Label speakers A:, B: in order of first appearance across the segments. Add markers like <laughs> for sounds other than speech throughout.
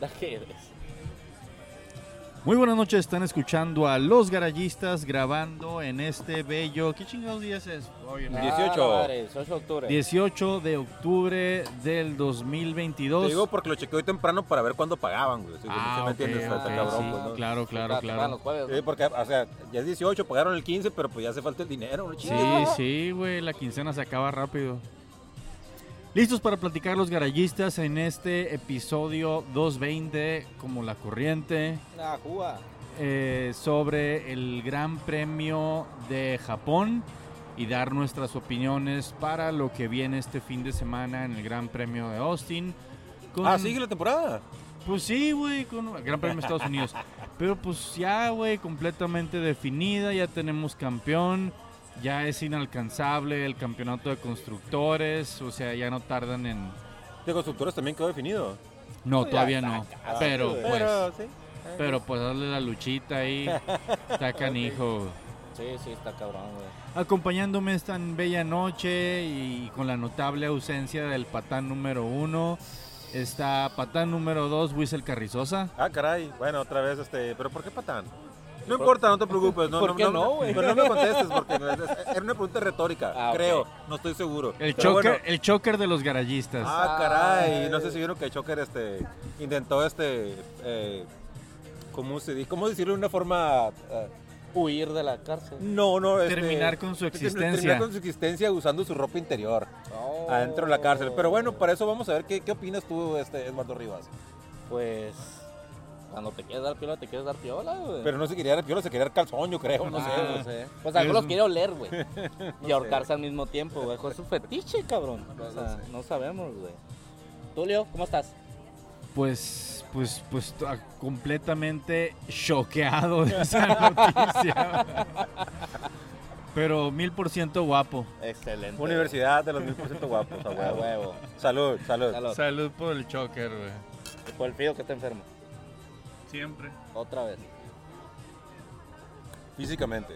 A: las Jerez.
B: Muy buenas noches, están escuchando a Los Garallistas grabando en este bello... ¿Qué chingados días es? Oye,
A: Ah,
C: 18.
A: la madre, 18 de octubre.
B: 18 de octubre del
C: Te
B: 2022.
C: digo porque lo chequeé hoy temprano para ver cuándo pagaban, güey. Sí,
B: ah,
C: sí me entiendes,
B: ok,
C: está, está
B: ok,
C: cabrón,
B: sí,
C: pues, ¿no?
B: Claro, claro,
A: Está temprano
B: claro.
A: los jueves, ¿no?
C: Sí, porque, o sea, ya es 18, pagaron el 15, pero pues ya hace falta el dinero, ¿no?
B: Sí,
C: Chinga.
B: sí, güey, la quincena se acaba rápido. Listos para platicar los garallistas en este episodio 220, como la corriente,
A: Ah, Cuba.
B: eh, sobre el Gran Premio de Japón y dar nuestras opiniones para lo que viene este fin de semana en el Gran Premio de Austin. con-
C: Ah, sigue la temporada.
B: Pues sí, güey, con el Gran Premio de Estados Unidos. Pero pues ya, güey, completamente definida, ya tenemos campeón, ya es inalcanzable el campeonato de constructores, o sea, ya no tardan en...
C: De constructores también quedó definido.
B: No,
A: Ya
B: todavía
A: está
B: no,
A: casi,
B: pero
A: güey.
B: pues,
C: Pero, sí.
B: pero pues darle la luchita ahí, está canijo. güey.
A: Sí, sí, está cabrón, güey.
B: Acompañándome esta bella noche y con la notable ausencia del patán número uno, está patán número dos, Wiesel Carrizosa.
C: Ah, caray. Bueno, otra vez, este. ¿Pero por qué patán? No importa, no te preocupes. No,
A: ¿Por qué no, güey?
C: Pero no me contestes porque era una pregunta retórica,
A: Ah, ok.
C: creo. No estoy seguro.
B: El
C: Pero
B: choker,
C: bueno.
B: el choker de los garallistas.
C: Ah,
A: Ay.
C: caray. No sé si vieron que Choker este, intentó este. Eh, ¿cómo, se, di- ¿Cómo decirlo de una forma.? eh,
A: Huir de la cárcel.
C: no, no. este,
B: Terminar con su
C: ter- ter-
B: existencia.
C: Terminar con su existencia usando su ropa interior
A: Oh.
C: adentro de la cárcel. Pero bueno, para eso vamos a ver qué, qué opinas tú, este, Eduardo Rivas.
A: Pues. Cuando te quieres dar piola, te quieres dar piola, güey.
C: Pero no se quería dar piola, se quería dar calzón, yo creo, no sé.
A: Ah,
C: no
A: no
C: sé.
A: sé. Pues algunos
B: Es-
A: los quiere oler,
C: <laughs>
A: güey. y
C: sé.
A: ahorcarse al mismo tiempo, güey. Pues, Es su fetiche, cabrón. O sea,
C: No
A: no,
C: sé.
A: sabemos, güey. Tulio, ¿cómo estás?
B: Pues, pues, pues t- ah, completamente choqueado de
C: <laughs>
B: esa noticia. Pero mil por ciento guapo.
A: Excelente.
C: Universidad de los mil por ciento guapos, a
A: A
C: huevo.
A: huevo.
C: Salud, salud.
A: Salud.
B: Salud por el choker, güey.
A: Por el frío que está enfermo.
B: Siempre.
A: Otra vez.
C: Físicamente.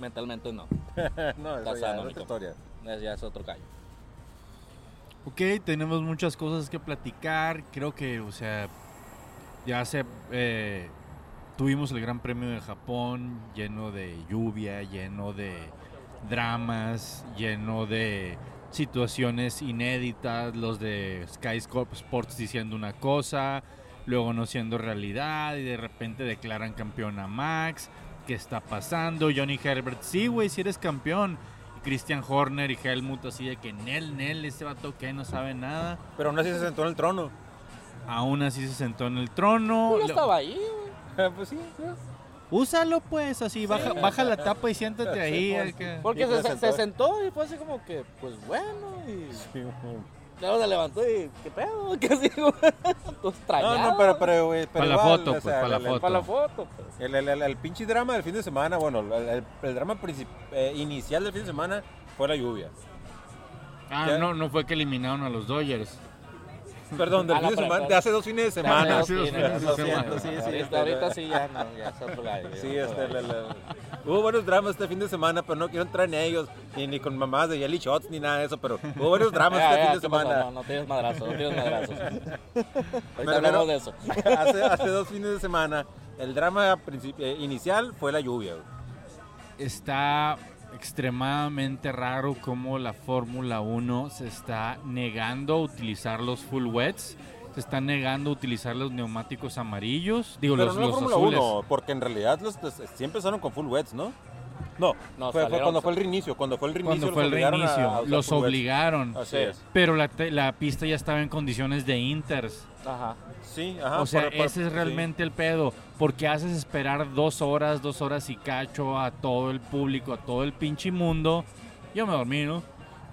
A: Mentalmente no.
C: no, eso ya,
A: sano,
C: no
A: mi
C: es
A: compa.
C: historia.
A: Es- Ya es otro callo.
B: Ok, tenemos muchas cosas que platicar. Creo que, o sea, ya se eh, tuvimos el Gran Premio de Japón lleno de lluvia, lleno de dramas, lleno de situaciones inéditas, los de Sky Scorp- Sports diciendo una cosa, luego no siendo realidad y de repente declaran campeón a Max. ¿Qué está pasando? Johnny Herbert, sí, güey, si eres campeón. Y Christian Horner y Helmut así de que Nel, Nel, este vato que no sabe nada.
C: Pero aún así se sentó en el trono.
B: Aún así se sentó en el trono.
A: Tulio
B: Lo-
A: estaba ahí, güey.
C: pues sí.
B: Úsalo pues, así, baja, baja la tapa y siéntate ahí.
C: Sí,
B: al que-
A: Porque
C: Y
A: se,
C: se
A: se-
C: sentó.
A: se sentó y fue así como que, pues bueno. Y luego se levantó y, ¿qué pedo? <laughs> ¿Qué así, güey? Tú
C: No,
A: extrañado.
C: no, pero, pero, güey, pero
B: Pa' la
C: igual,
B: foto,
C: o
B: pues,
C: sea,
B: pa' la
C: el-
B: foto.
A: Para la foto, pues.
C: El, el- el- el pinche drama del fin de semana, bueno, el, el- el drama princip- eh, inicial del fin de semana fue la lluvia.
B: Ah, no, no fue que eliminaron a los Dodgers.
C: Perdón, del
A: Ah, no,
C: fin de
A: pero-
C: semana, de hace dos fines de
B: Hace
C: semana.
B: dos fines de
C: Lo siento,
B: semana.
C: sí, sí,
A: ahorita,
C: este,
A: ahorita sí ya no, ya es otro gallo.
C: Sí, este, la- la- hubo varios dramas este fin de semana, pero no quiero entrar en ellos, ni, ni con mamás de Jelly Shots, ni nada de eso, pero hubo varios dramas
A: <laughs> Ah, Ya, ya,
C: este fin de
A: ¿qué pasó? No,
C: semana.
A: no tienes madrazos, no tienes
C: <laughs>
A: madrazos.
C: Me
A: Ahorita hablamos
C: refiero-
A: de eso.
C: <laughs> hace, hace dos fines de semana, el drama princip- eh, inicial fue la lluvia. güey.
B: Está extremadamente raro cómo la Fórmula 1 se está negando a utilizar los full wets. Se está negando a utilizar los neumáticos amarillos. Digo,
C: Pero
B: los,
C: no la
B: los
C: Fórmula
B: azules.
C: 1, porque en realidad los, los- sí empezaron con full wets, ¿no? No,
A: No,
C: fue, fue
A: salieron-
C: cuando fue el reinicio, cuando fue el reinicio.
B: Cuando
C: los
B: fue el
C: obligaron a-
B: reinicio,
C: a usar
B: los
C: full wets.
B: obligaron.
C: Así
A: Sí.
C: es.
B: Pero la, te- la pista ya estaba en condiciones de inters.
A: Ajá.
C: Sí, ajá.
B: o sea,
C: Ah, por- por-
B: ese es
C: sí.
B: realmente el pedo. Porque haces esperar dos horas, dos horas y cacho a todo el público, a todo el pinche mundo. Yo me dormí, ¿no?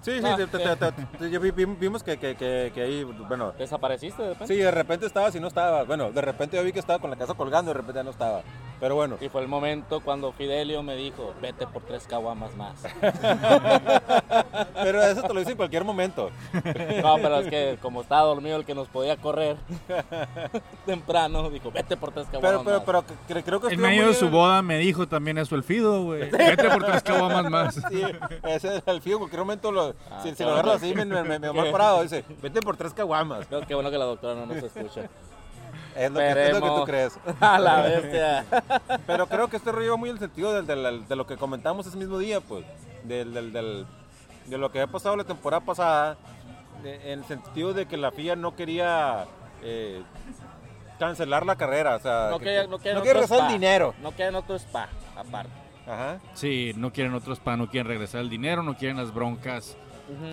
C: Sí, sí,
A: Ah,
C: te- te-
A: sí.
C: te- te- yo vi- vi- vimos que, que, que, que ahí, bueno,
A: ¿Desapareciste de repente?
C: Sí, de repente estaba, si no estaba. Bueno, de repente yo vi que estaba con la casa colgando, de repente ya no estaba. Pero bueno,
A: Y fue el momento cuando Fidelio me dijo, vete por tres caguamas más.
C: <laughs> pero eso te lo dice en cualquier momento.
A: <laughs> No, pero es que como estaba dormido el que nos podía correr <laughs> temprano, dijo, vete por tres
C: Pero,
A: caguamas
C: pero,
A: más.
C: pero cre- creo que
B: En
C: estuvo
B: medio de
C: muy
B: su
C: bien.
B: boda me dijo también eso el Fido,
C: <laughs>
B: güey. Vete por tres caguamas más.
C: Sí, ese, el fío en cualquier momento, lo,
A: Ah,
C: si, si
A: qué
C: lo agarro
A: bueno.
C: así, me, me, me, me mal
A: ¿Qué?
C: parado. Dice, vete por tres caguamas.
A: Creo que bueno que la doctora no nos escucha.
C: <laughs> Es lo, que, es lo que tú
A: Esperemos.
C: crees.
A: <laughs> A
C: <laughs>
A: la bestia.
C: Pero creo que este rollo va muy en el sentido del- del- de lo que comentamos ese mismo día, pues. Del, del- del- de lo que había pasado la temporada pasada. de- en el sentido de que la FIA no quería eh, cancelar la carrera. O sea,
A: No
C: Ah, que-
A: quería, no quería
C: no
A: en
C: quería
A: otro
C: regresar el
A: spa.
C: dinero.
A: No queda en otro spa, aparte.
C: Ajá.
B: Sí, no quieren otros pan, no quieren regresar el dinero, no quieren las broncas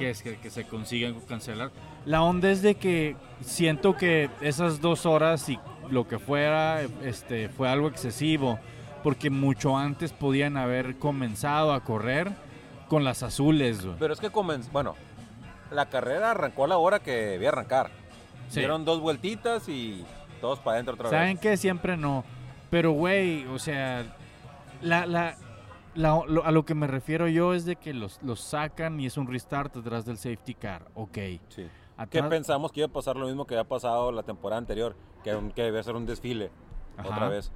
B: que, es, que, que se consigan cancelar. La onda es de que siento que esas dos horas y lo que fuera este, fue algo excesivo, porque mucho antes podían haber comenzado a correr con las azules. güey.
C: Pero es que comenzó. Bueno, la carrera arrancó a la hora que debía arrancar.
B: Sí.
C: Dieron dos vueltitas y todos para adentro otra
B: ¿Saben
C: vez.
B: qué? Siempre no. Pero, güey, o sea, la, la, la- lo- a lo que me refiero yo es de que los, los sacan y es un restart detrás del safety car. Ok.
C: Sí. Que
B: Atrás-
C: pensamos que iba a pasar lo mismo que había pasado la temporada anterior, que, un- que debía ser un desfile
B: Ajá.
C: otra vez.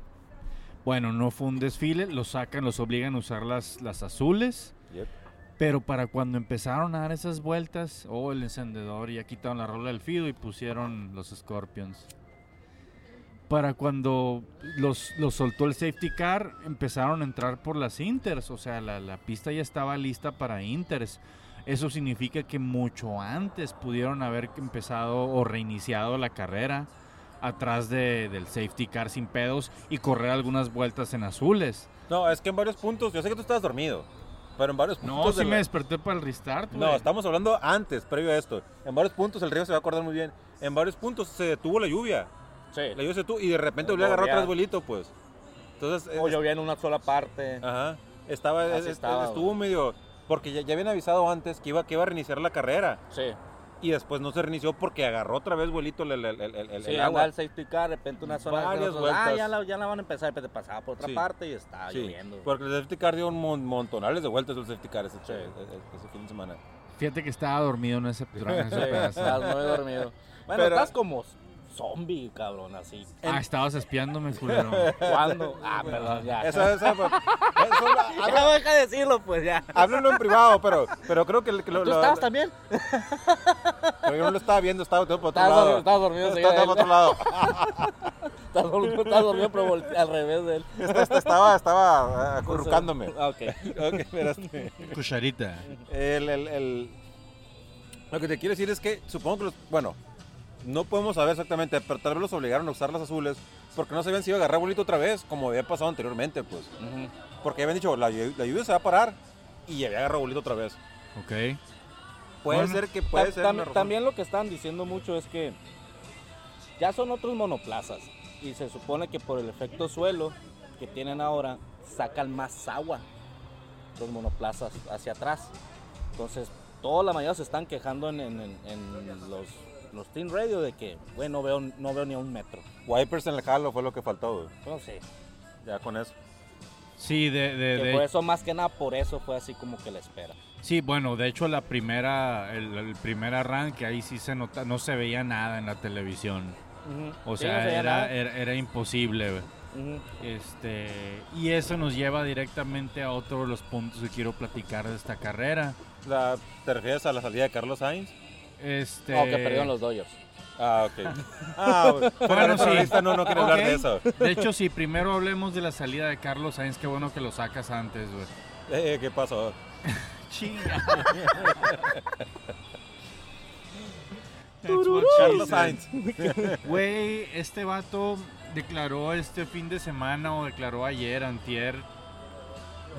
B: Bueno, no fue un desfile, los sacan, los obligan a usar las, las azules.
C: Yep.
B: Pero para cuando empezaron a dar esas vueltas, oh, el encendedor, ya quitaron la rola del Fido y pusieron los Scorpions. Para cuando los, los soltó el safety car, empezaron a entrar por las Inters. O sea, la, la pista ya estaba lista para Inters. Eso significa que mucho antes pudieron haber empezado o reiniciado la carrera atrás de- del safety car sin pedos y correr algunas vueltas en azules.
C: No, es que en varios puntos, yo sé que tú estabas dormido, pero en varios puntos.
B: No,
C: de
B: si
C: la-
B: me desperté para el restart.
C: No,
B: güey.
C: estamos hablando antes, previo a esto. En varios puntos, el río se va a acordar muy bien. En varios puntos se detuvo la lluvia.
A: Sí.
C: La lluvia se detuvo y de
A: O
C: repente volvió a agarrar
A: llovía.
C: otro arbolito, pues. Entonces,
A: O
C: es-
A: llovía en una sola parte.
C: Ajá. Estaba,
A: Así
C: es- es-
A: estaba,
C: estuvo medio. Porque ya, ya habían avisado antes que iba, que iba a reiniciar la carrera.
A: Sí.
C: Y después no se reinició porque agarró otra vez, vuelito, el, el- el- el- el
A: sí, andaba
C: agua.
A: el safety car, de repente una sola
C: Varias
A: nosotros, Ah,
C: vueltas.
A: ya la, ya la van a empezar, pero te pasaba por otra
C: Sí.
A: parte y estaba
C: Sí,
A: lloviendo.
C: porque el safety car dio un mon- montonales de vueltas el safety car ese,
A: Sí.
C: ese- ese fin de semana.
B: Fíjate que estaba dormido en ese,
C: <laughs>
B: durante ese
A: Sí, <laughs>
B: pedazo.
A: estás muy dormido. Bueno,
C: Pero-
A: estás como zombie, cabrón, así.
B: Ah, estabas espiándome, culero.
A: ¿Cuándo? Ah, perdón, ya.
C: Eso, eso, pues, eso,
A: Ya
C: há-
A: deja de decirlo, pues ya.
C: háblenlo en privado, pero, pero creo que, el- que lo,
A: ¿Tú
C: lo-
A: estabas <laughs> también?
C: pero yo no lo estaba viendo, estaba todo por otro
A: Estabas
C: lado.
A: dormido, estabas dormido,
C: Estaba-
A: seguía
C: estaba por
A: él.
C: otro lado.
A: Estás dormido, estás dormido, pero volte- al revés de él.
C: Este- este
A: <laughs>
C: Estaba, estaba ah, acurrucándome.
A: Ah, ok.
C: Ok, pero este-
B: Cucharita.
C: El, el- el- Lo que te quiero decir es que supongo que los... Bueno, no podemos saber exactamente, pero tal vez los obligaron a usar las azules porque no sabían si iba a agarrar bolito otra vez, como había pasado anteriormente, pues.
A: Ujú.
C: Porque habían dicho, la, llu- la lluvia se va a parar y había agarrado bolito otra vez.
B: Ok.
C: Puede
B: Bueno.
C: ser que puede
A: Tam-
C: ser...
A: tam-
C: una razón.
A: también lo que están diciendo mucho es que ya son otros monoplazas y se supone que por el efecto suelo que tienen ahora sacan más agua los monoplazas hacia atrás. Entonces, toda la mayoría se están quejando en, en- en- en los, los Team Radio de que, güey, no veo, no veo ni a un metro.
C: Wipers en el jalo fue lo que faltó, güey.
A: No sé.
C: Ya con eso.
B: Sí, de, de-
A: Que pues.
B: de-
A: por eso, más que nada, por eso fue así como que la espera.
B: sí, bueno, de hecho la primera, el, el primer arranque ahí sí se nota, no se veía nada en la televisión. O
A: Sí,
B: sea,
A: no se veía
B: era,
A: nada.
B: era, era imposible. güey.
A: Ujú.
B: Este, y eso nos lleva directamente a otro de los puntos que quiero platicar de esta carrera.
C: La, ¿Te refieres a la salida de Carlos Sainz?
B: Este,
A: No, Oh, que perdieron los Dodgers.
C: Ah, ok. Ah, bueno,
B: Bueno, sí.
C: no, no quiere hablar de
B: Ok.
C: eso.
B: De hecho, sí, primero hablemos de la salida de Carlos Sainz, qué bueno que lo sacas antes, güey.
C: Eh, ¿Qué pasó?
B: <laughs> Chinga.
C: Carlos Sainz.
B: Güey, este vato declaró este fin de semana o declaró ayer, antier.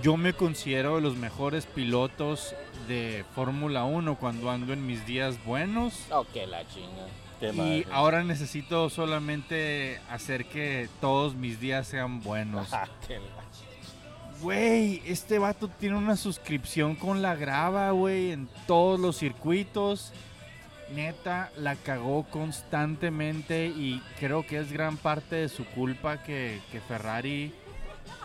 B: Yo me considero de los mejores pilotos de Fórmula 1 cuando ando en mis días buenos.
A: Ok, la chinga. <laughs>
C: Qué
B: Y
C: mal.
B: ahora necesito solamente hacer que todos mis días sean
C: <laughs>
B: buenos.
A: Ah, que la
B: Güey, este vato tiene una suscripción con la grava, güey, en todos los circuitos. Neta, la cagó constantemente y creo que es gran parte de su culpa que, que Ferrari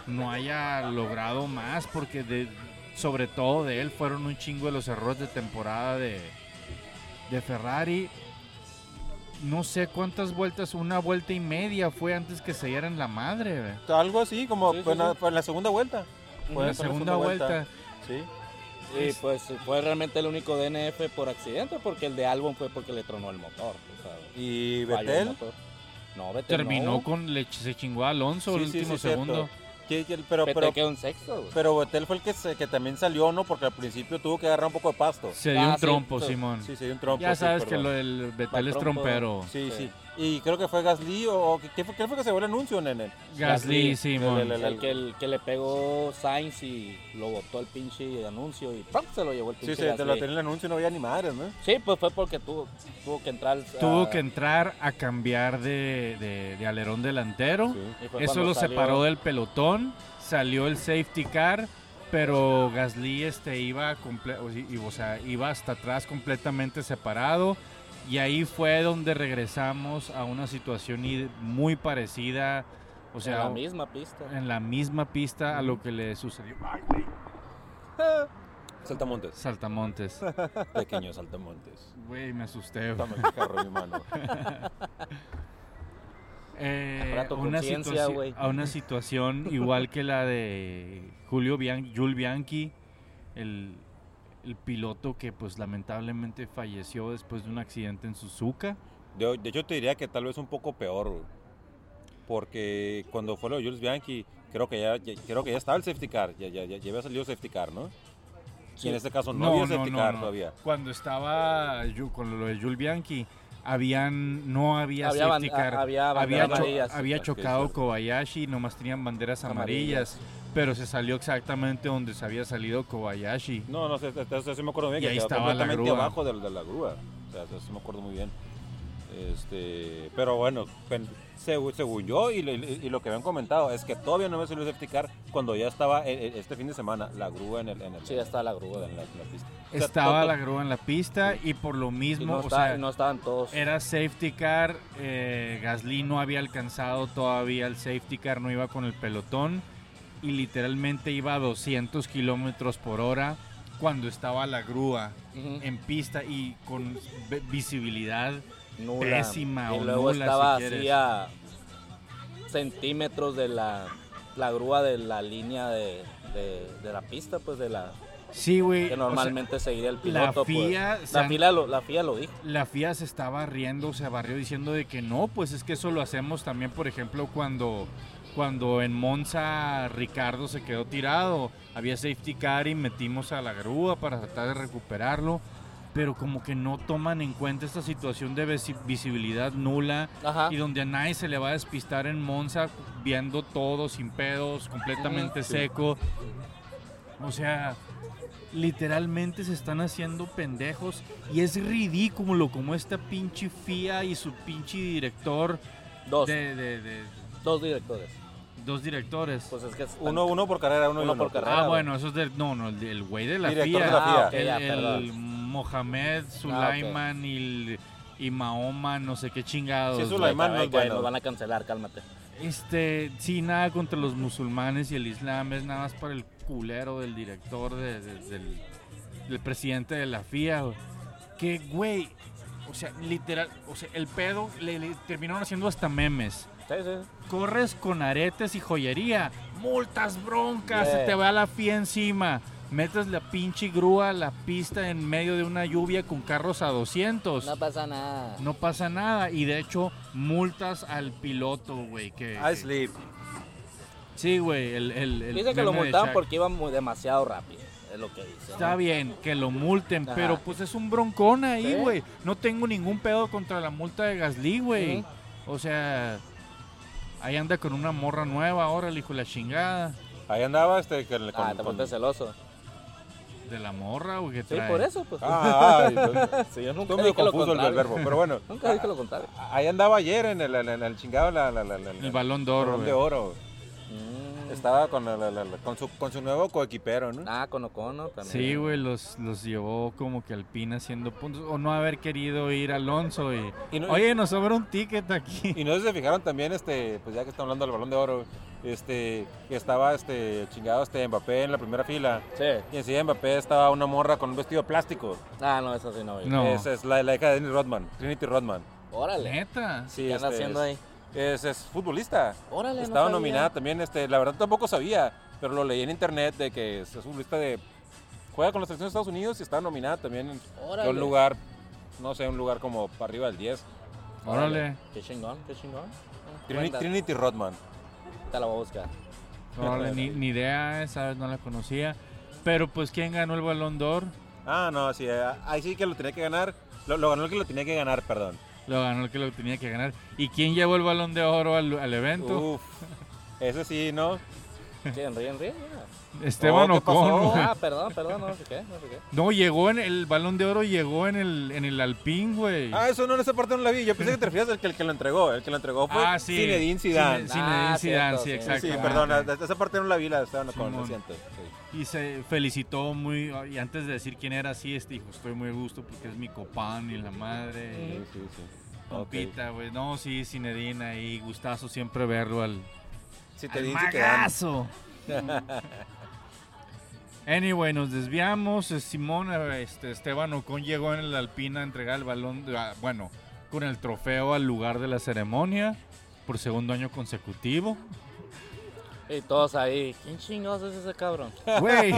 B: no haya logrado más, porque de, sobre todo de él fueron un chingo de los errores de temporada de, de Ferrari. No sé cuántas vueltas, una vuelta y media fue antes que se dieran la madre. güey.
C: Algo así, como
A: Sí, sí,
C: fue en, la,
A: sí.
C: fue en la segunda vuelta.
B: En
C: Fue-
B: la
C: fue en
B: segunda vuelta.
C: Sí.
A: Y pues fue realmente el único DNF por accidente, porque el de Albon fue porque le tronó el motor. o sea,
C: Y
A: falló el
C: Betel.
A: motor. No, pues. Betel
B: Terminó
A: no.
B: con le, se chingó a Alonso
C: Eh, Sí,
B: el
C: sí, sí,
B: último
C: cierto.
B: segundo.
C: que- que- pero,
A: Betel
C: pero,
A: quedó en sexto. güey.
C: pero Betel fue el que, se- que también salió, ¿no? Porque al principio tuvo que agarrar un poco de pasto.
B: Se dio
A: Ah,
B: un
A: sí,
B: trompo,
A: sí,
B: Simón.
C: Sí, se dio un trompo.
B: ya
C: sí,
B: sabes que
C: perdón.
B: lo del Betel
A: La
B: es
A: trompo.
B: trompero.
C: Sí,
A: Sí.
C: sí, Y creo que fue Gasly o... o ¿qué fue, qué fue que se dio el anuncio, nene?
B: Gasly,
A: Gasly,
B: Simón.
C: el- el-
A: El que, el que le pegó Sainz y lo botó el pinche anuncio y ¡pam! se lo llevó el
C: Sí,
A: pinche
C: se te lo
A: Gasly.
C: tenía el anuncio y no había ni madres, ¿no?
A: Sí, pues fue porque tuvo, tuvo que entrar.
C: ah.
B: Tuvo que entrar a cambiar de, de- de alerón delantero. Eso lo separó del pelotón. Salió el safety car. Pero Gasly este, iba, comple- o si- o sea, iba hasta atrás completamente separado. Y ahí fue donde regresamos a una situación id- muy parecida. O sea,
A: la misma pista.
B: en la misma pista a lo que le sucedió. Ay, güey.
C: Saltamontes.
B: Saltamontes.
C: Pequeño saltamontes.
B: Güey, me asusté. güey.
C: Dame el carro, mi mano.
B: Eh,
A: Mejora tu
B: una
A: conciencia,
B: situaci-
A: güey.
B: a una situación igual que la de Julio Bian Jul Bianchi, el, el piloto que pues lamentablemente falleció después de un accidente en Suzuka.
C: Yo, de hecho, te diría que tal vez un poco peor, güey. Porque cuando fue lo de Jules Bianchi, creo que ya, ya- creo que ya estaba el safety car. Ya, ya, ya, ya había salido safety car, ¿no? Y en este caso no, había safety car
B: no.
C: todavía.
B: Cuando estaba Ju- con lo de Jul Bianchi, habían, no había,
A: Había
B: safety
A: ban- a-
B: car.
A: había banderas
B: cho-
A: amarillas.
B: había
C: Ah, qué
B: chocado
C: suerte.
B: Kobayashi, nomás tenían banderas amarillas, pero se salió exactamente donde se había salido Kobayashi.
C: No, no sé, hasta- hasta sí me acuerdo bien.
B: Y
C: que
B: ahí
C: quedó
B: estaba la
C: completamente
B: grúa.
C: abajo de, de la grúa. O sea, eso sí me acuerdo muy bien. Este, pero bueno, pen- segu- según yo y, lo- y lo que me han comentado, es que todavía no me salió el safety car cuando ya estaba eh, eh, este fin de semana la grúa en el. En el
A: Sí, ya está la grúa.
C: en la- en la pista. O sea,
B: Estaba
C: todo-
B: la grúa en la pista y por lo
A: Y
B: mismo,
A: no,
B: o
A: está-
B: sea,
A: no estaban todos.
B: era safety car, eh, Gasly no había alcanzado todavía el safety car, no iba con el pelotón y literalmente iba a 200 kilómetros por hora cuando estaba la grúa
A: Ujú.
B: en pista y con ve- visibilidad.
A: nula.
B: pésima o
A: y luego
B: nula,
A: estaba
B: si
A: así
B: quieres.
A: a centímetros de la, la grúa de la línea de, de- de la pista, pues de la
B: Sí, güey.
A: que
B: o sea,
A: normalmente seguiría el piloto.
B: la
A: pues.
B: FIA se
A: la,
B: han-
A: FIA lo, la FIA lo dijo.
B: la FIA se estaba riendo, se barrió diciendo de que no, pues es que eso lo hacemos también, por ejemplo, cuando, cuando en Monza Ricardo se quedó tirado, había safety car y metimos a la grúa para tratar de recuperarlo, pero como que no toman en cuenta esta situación de visi- visibilidad nula
A: Ajá.
B: y donde a nadie se le va a despistar en Monza viendo todo sin pedos, completamente
A: Ujú, sí.
B: seco. O sea, literalmente se están haciendo pendejos y es ridículo como esta pinche FIA y su pinche director
A: Dos,
B: de, de- de-
A: dos directores.
B: dos directores.
A: Pues es que están-
C: Uno, uno por carrera, uno, y
A: Uno por carrera.
B: ah, bueno, eso es del no, no, el- el güey de la
C: Director
B: FIA.
C: de la FIA.
A: Ah, ok, ya,
B: el, el
A: perdón. Ah,
B: Mohamed Sulaiman y, el- y Mahoma, no sé qué chingados.
C: Sí, es
B: güey.
C: Sulaiman no
A: Ay,
C: es
A: güey,
C: bueno.
A: Nos van a cancelar, cálmate.
B: Este, sí, nada contra los musulmanes y el islam, es nada más para el culero del director, de- de- del, del presidente de la FIA. güey. Que, güey, o sea, literal, o sea, el pedo le, le terminaron haciendo hasta memes.
A: Sí, sí.
B: Corres con aretes y joyería, multas broncas, se
A: Yeah.
B: te va la FIA encima. Metes la pinche grúa a la pista en medio de una lluvia con carros a 200.
A: No pasa nada.
B: No pasa nada. Y de hecho, multas al piloto, güey. Que,
C: I
B: que-
C: sleep.
B: Sí, güey, el, el, el
A: Dice que
B: meme
A: lo
B: de
A: multaban
B: Shaq.
A: porque iban muy- demasiado rápido. Es lo que dice.
B: Está bien, que lo multen,
A: Ajá.
B: pero pues es un broncón ahí,
A: Sí.
B: güey. No tengo ningún pedo contra la multa de Gasly, güey.
A: Ujú.
B: O sea, ahí anda con una morra nueva ahora, el hijo de la chingada.
C: Ahí andaba este. que- Con,
A: Ah, te
C: con-
A: pones celoso.
B: De la morra, güey, que
A: Sí,
B: trae.
A: por eso, pues. <laughs>
C: Ah, ah,
A: Sí, yo nunca
C: estoy medio
A: dije lo
C: confuso el, el
A: contrario.
C: verbo, pero bueno.
A: <laughs> Nunca dije lo contrario.
C: Ahí andaba ayer en el, en el- en el chingado. La, la, la, la-
B: El balón de oro,
C: balón de
B: güey.
C: oro.
A: Mm.
C: Estaba con, la- la- la- la- con, su, con su nuevo coequipero, ¿no?
A: Ah, con Ocono también.
B: Sí, güey, los, los llevó como que Alpina haciendo puntos. O no haber querido ir Alonso y...
C: Y no-
B: Oye, nos sobra un ticket aquí.
C: Y no sé si se fijaron también, este, pues ya que estamos hablando del balón de oro, este, que estaba este, chingado este Mbappé en la primera fila.
A: Sí.
C: Y encima de Mbappé estaba una morra con un vestido de plástico.
A: Ah, no, eso sí no. güey.
B: No.
C: Esa es la, la hija de Dennis Rodman, Trinity Rodman.
B: ¿Eh?
A: Órale.
B: Neta.
C: Sí,
A: ¿Qué anda
C: este,
A: haciendo
C: es-
A: ahí?
C: Es, es futbolista.
A: Órale, no
C: Estaba
A: sabía.
C: nominada también, este, la verdad tampoco sabía, pero lo leí en internet de que es, es futbolista de... Juega con la selección de Estados Unidos y está nominada también en
A: Órale.
C: un lugar, no sé, un lugar como para arriba del 10.
B: Órale.
A: Qué chingón, qué chingón.
C: Trini-
A: Cuenta,
C: Trinity Rodman.
A: Te la voy a buscar.
C: <laughs>
B: Órale, ni, ni idea, esa vez no la conocía. Pero pues, ¿quién ganó el balón d'or?
C: Ah, no, sí, eh, ahí sí que lo tenía que ganar. Lo, lo ganó el que lo tenía que ganar, perdón.
B: Lo ganó el que lo tenía que ganar. ¿Y quién llevó el balón de oro al, al evento?
C: Uf, ese sí, ¿no?
A: ¿Qué, Henry, Henry?
B: <laughs>
A: mira.
B: Esteban
C: Oh, ¿qué pasó?
B: Ocon. güey.
A: Ah, perdón, perdón, no sé qué, no sé qué.
B: No, llegó en el balón de oro, llegó en el, en el alpín, güey.
C: Ah, eso no, en esa parte no la vi. Yo pensé que te referías al que, el que lo entregó. El que lo entregó fue
B: Ah, sí.
C: Zinedine Zidane.
B: Zine- Zinedine
A: Ah,
B: Zidane,
A: cierto,
B: sí,
A: sí.
B: exacto.
C: Sí, sí, perdón, a- esa parte no la vi, la estaban con,
B: Simón.
C: lo siento. sí.
B: Y se felicitó muy, y antes de decir quién era, sí, este dijo, estoy muy a gusto porque es mi copán y la madre,
C: Sí, sí, sí.
B: compita, güey. No, sí, Cinedina y gustazo siempre verlo al,
C: Si te
B: al
C: dice que dan. <laughs>
B: magazo. Anyway, nos desviamos. Eh, Simón eh, este, Esteban Ocon llegó en el Alpina a entregar el balón, de- ah, bueno, con el trofeo al lugar de la ceremonia por segundo año consecutivo.
A: Y todos ahí, ¿quién chingados es ese cabrón?
C: <laughs>
B: Güey,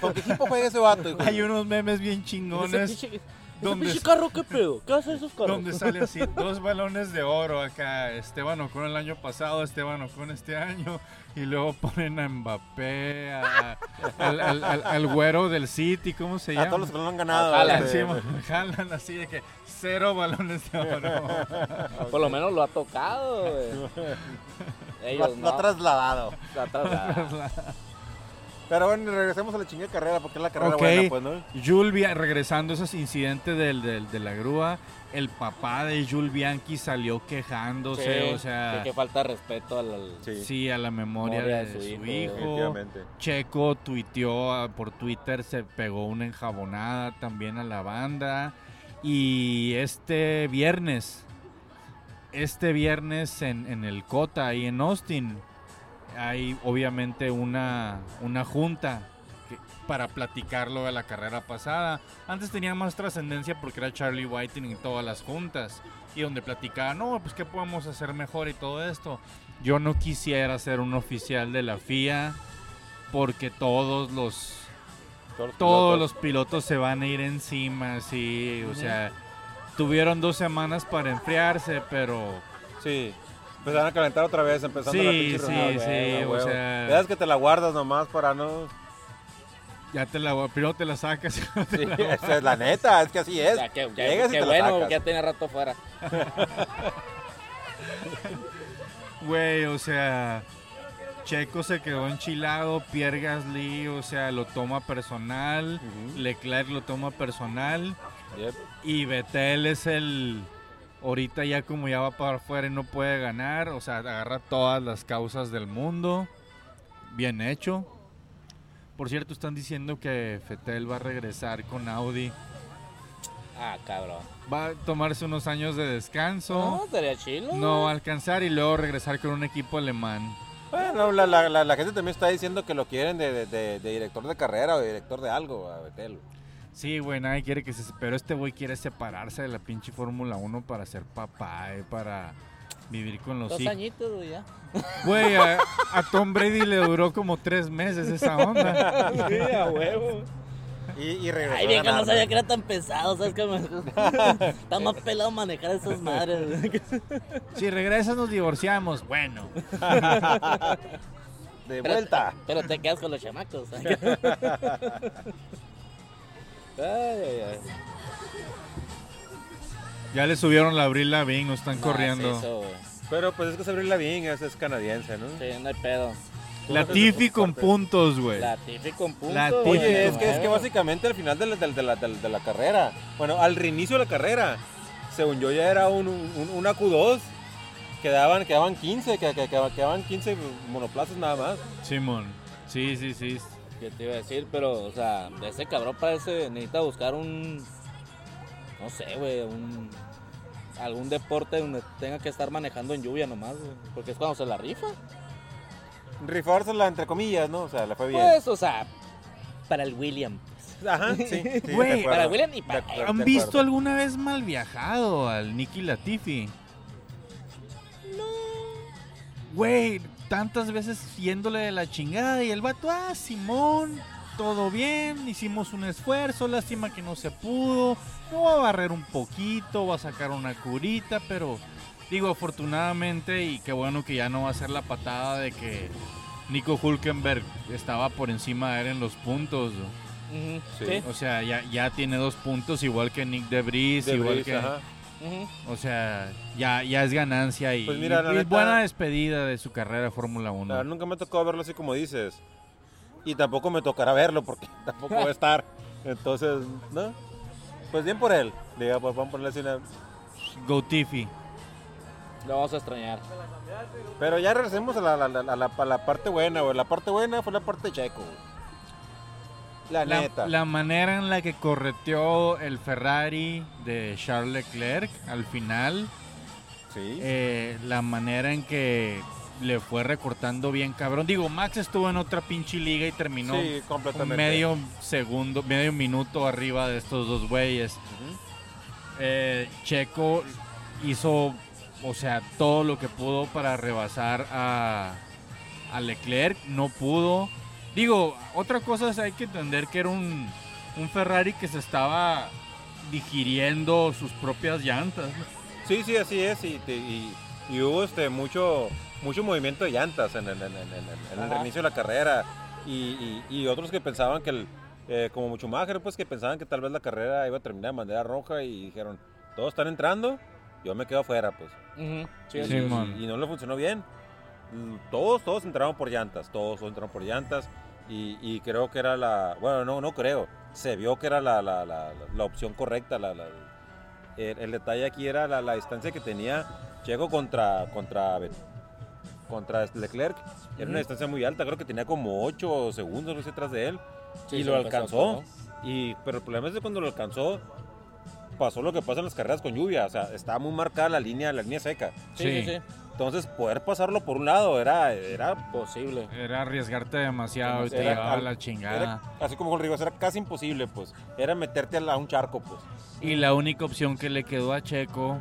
C: ¿Con qué equipo juega ese vato? hijo?
B: hay unos memes bien chingones.
A: ¿Ese pinche, ese
B: ¿Dónde
A: pinche
B: es-
A: carro qué pedo? ¿Qué hacen esos carros?
B: Donde sale así dos balones de oro acá, Esteban Ocon el año pasado, Esteban Ocon este año, y luego ponen a Mbappé, a- al, al- al- al güero del City, ¿cómo se
C: A
B: llama?
C: todos los que no lo han ganado.
A: Ojalá.
C: este,
B: Encima, <laughs> jalan así de que cero balones de <laughs> oro.
A: Ah, Por lo menos lo ha tocado, güey.
C: lo,
A: Ellos
C: lo ha
A: no.
C: trasladado.
A: Lo atrás. ah.
C: Pero bueno, regresemos a la chingada carrera, porque es la carrera
B: Ok.
C: buena, pues, ¿no?
B: Jules Bia- regresando a esos incidentes del, del- de la grúa, el papá de Jules Bianchi salió quejándose, o sea,
A: que falta de respeto al. al-
C: Sí,
B: sí, a la memoria de, su, hijo.
C: definitivamente.
B: Checo tuiteó ah, por Twitter, se pegó una enjabonada también a la banda. Y este viernes, este viernes en, en el Cota, ahí en Austin, hay obviamente una, una junta que- para platicar lo de la carrera pasada. Antes tenía más trascendencia porque era Charlie Whiting en todas las juntas. Y donde platicaba, no, pues qué podemos hacer mejor y todo esto. Yo no quisiera ser un oficial de la FIA porque todos los todos
C: Todos, pilotos.
B: los pilotos se van a ir encima, sí, o sea, tuvieron dos semanas para enfriarse, pero
C: Sí. Empezaron a calentar otra vez, empezando
B: Sí,
C: la pinche
B: sí,
C: reunión, güey,
B: sí,
C: a
B: o
C: huevo.
B: sea-
C: Veas que te la guardas nomás para
B: <laughs>
C: no...
B: ya te la primero te la sacas. <laughs>
A: sí.
C: Esa es la neta, es que así es.
A: Ya que, ya-
C: Llegas y
A: qué
C: te la
A: bueno,
C: sacas.
A: porque ya tenía rato fuera.
B: Güey, o sea, Checo se quedó enchilado, Pierre Gasly, o sea, lo toma personal,
C: Ujú.
B: Leclerc lo toma personal
C: Yep.
B: y Vettel es el ahorita ya como ya va para afuera y no puede ganar, o sea, agarra todas las causas del mundo. Bien hecho. Por cierto, están diciendo que Vettel va a regresar con Audi.
A: Ah, cabrón.
B: Va a tomarse unos años de
A: No,
B: descanso.
A: estaría chilo.
B: No va a alcanzar y luego regresar con un equipo alemán.
C: Bueno, la, la, la, la gente también está diciendo que lo quieren de, de- de- de director de carrera o de director de algo, a Betel.
B: Sí, güey, nadie quiere que se... Pero este güey quiere separarse de la pinche Fórmula 1 para ser papá, eh, para vivir con los
A: Dos
B: hijos.
A: añitos, güey, ya.
B: Güey, a, a Tom Brady le duró como tres meses esa onda.
A: Sí, a huevo.
C: Y, y regresó
A: Ay,
C: a
A: vieja, no
C: ganar,
A: sabía
C: ¿no?
A: que era tan pesado, ¿sabes qué? <laughs> Está más pelado manejar esas madres. güey.
B: Si regresas nos divorciamos, bueno.
C: De
A: Pero-
C: vuelta.
A: Pero te quedas con los chamacos. ¿eh? ay, ay, ay.
B: Ya le subieron la Abril Lavigne, nos están corriendo.
A: No, es Ah, eso, güey.
C: Pero pues es que se abrió la es, es canadiense, ¿no?
A: sí, no hay pedo.
B: Latifi con puntos, güey.
A: Latifi con punto.
B: Latifi.
A: güey.
C: Oye, es que, es que básicamente al final de la, de, la, de la- de la carrera, bueno, al reinicio de la carrera, según yo ya era un, un- una Q2, quedaban, quedaban 15, que, que- que- quedaban 15 monoplazas nada más.
B: Simón. Sí, sí, sí.
A: Yo te iba a decir, pero, o sea, ese cabrón parece, necesita buscar un, no sé, güey, un, algún deporte donde tenga que estar manejando en lluvia nomás, güey, porque es cuando se la rifa.
C: rifársela entre comillas, ¿no? O sea, le fue bien.
A: Pues, o sea, para el William.
C: Ajá, sí. sí, de
B: Güey,
C: acuerdo.
A: para William y para-
C: De acuerdo,
B: ¿Han
C: de
B: visto
C: acuerdo.
B: alguna vez mal viajado al Nicky Latifi? No. Güey, tantas veces yéndole de la chingada y el vato, ah, Simón, todo bien, hicimos un esfuerzo, lástima que no se pudo. No va a barrer un poquito, va a sacar una curita, pero digo, afortunadamente, y qué bueno que ya no va a ser la patada de que Nico Hulkenberg estaba por encima de él en los puntos. ¿no?
A: Ujú,
C: Sí.
A: sí,
B: O sea, ya, ya tiene dos puntos, igual que Nick DeVries,
C: De
B: igual
C: Brice,
B: que...
C: ajá.
A: ujú.
B: O sea, ya, ya es ganancia y,
C: Pues mira, la
B: y
C: neta-
B: buena despedida de su carrera de Fórmula
C: La
B: 1.
C: verdad, nunca me tocó verlo así como dices. Y tampoco me tocará verlo porque <laughs> tampoco va a estar. Entonces, ¿no? Pues bien por él. Diga, pues vamos a ponerle así una-
B: Go Tiffy.
A: Lo vamos a extrañar.
C: Pero ya regresemos a la, la- la- la- a la parte buena, güey. La parte buena fue la parte de Checo, güey. La,
B: La,
C: neta.
B: la manera en la que correteó el Ferrari de Charles Leclerc al final,
C: Sí.
B: eh, la manera en que le fue recortando bien cabrón. Digo, Max estuvo en otra pinche liga y terminó
C: sí,
B: un
C: completamente.
B: medio segundo, medio minuto arriba de estos dos güeyes.
C: Ujú.
B: Eh, Checo hizo, o sea, todo lo que pudo para rebasar a, a Leclerc, no pudo. Digo, otra cosa es hay que entender que era un, un Ferrari que se estaba digiriendo sus propias llantas.
C: Sí, sí, así es. Y, te- y- y hubo este, mucho, mucho movimiento de llantas en, en- en- en- en- en el
A: Ajá.
C: reinicio de la carrera. Y, y- y otros que pensaban que, el, eh, como Schumacher, pues que pensaban que tal vez la carrera iba a terminar de manera roja y dijeron, todos están entrando, yo me quedo afuera, pues.
A: Ujú, sí,
C: Y,
A: sí.
B: mon.
C: y- y no le funcionó bien. Mm, Todos, todos entraron por llantas, todos, todos entraron por llantas. Y, y creo que era la, bueno, no, no creo, se vio que era la, la- la- la opción correcta. La, la- el, el detalle aquí era la, la distancia que tenía Checo contra, contra, Bet- contra Leclerc. Era
A: Ujú.
C: una distancia muy alta, creo que tenía como 8 segundos no sé, atrás de él.
A: Sí,
C: y
A: se
C: lo alcanzó.
A: ¿no?
C: Y, pero el problema es que cuando lo alcanzó, pasó lo que pasa en las carreras con lluvia. O sea, estaba muy marcada la línea, la línea seca.
A: Sí, sí,
B: Sí.
A: sí.
C: Entonces, poder pasarlo por un lado era, era,
A: Posible.
B: Era arriesgarte demasiado y te
C: Era-
B: llevaba
C: al-
B: la chingada.
C: era- así como con Rivas, era casi imposible, pues. Era meterte a, la- a un charco, pues.
B: Y la única opción que le quedó a Checo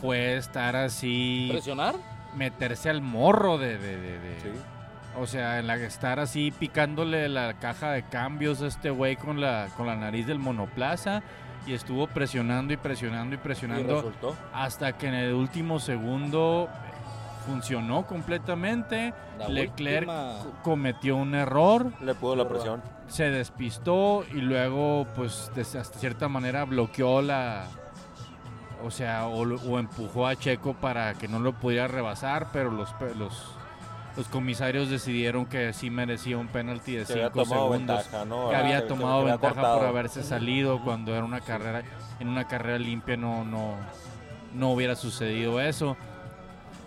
B: fue estar así,
A: ¿Presionar?
B: meterse al morro de, de- de- de-
C: Sí.
B: O sea, en la que estar así picándole la caja de cambios a este güey con la, con la nariz del monoplaza y estuvo presionando y presionando y
A: Y
B: presionando
A: resultó.
B: hasta que en el último segundo eh, funcionó completamente.
A: La
B: Leclerc
A: última-
B: co- cometió un error,
C: Le pudo la presión.
B: se despistó y luego pues de hasta cierta manera bloqueó la... O sea, o, lo- o empujó a Checo para que no lo pudiera rebasar, pero los... pe- los los comisarios decidieron que sí merecía un penalti de
C: Que había
B: 5
C: tomado
B: segundos
C: ventaja, ¿no? Ah,
B: que había
C: Que- que-
B: tomado
C: que había
B: ventaja por
C: cortado.
B: haberse salido cuando era una carrera en una carrera limpia no no no hubiera sucedido eso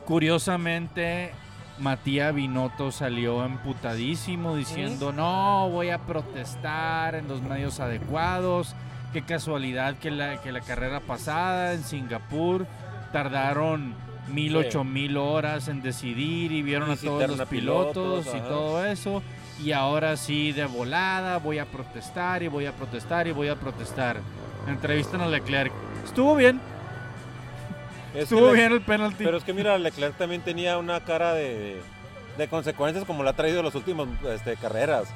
B: curiosamente Matías Binotto salió emputadísimo diciendo no voy a protestar en los medios adecuados qué casualidad que la que la carrera pasada en Singapur tardaron mil
A: Sí.
B: ocho mil horas en decidir y vieron a
C: Visitar
B: todos los
C: a
B: pilotos,
C: pilotos,
B: y
C: ajá.
B: todo eso y ahora sí de volada voy a protestar y voy a protestar y voy a protestar. Entrevistan a Leclerc. Estuvo bien,
C: Es que
B: estuvo
C: Le-
B: bien el penalti.
C: Pero es que mira, Leclerc también tenía una cara de, de- de consecuencias como la ha traído en las últimas este, carreras.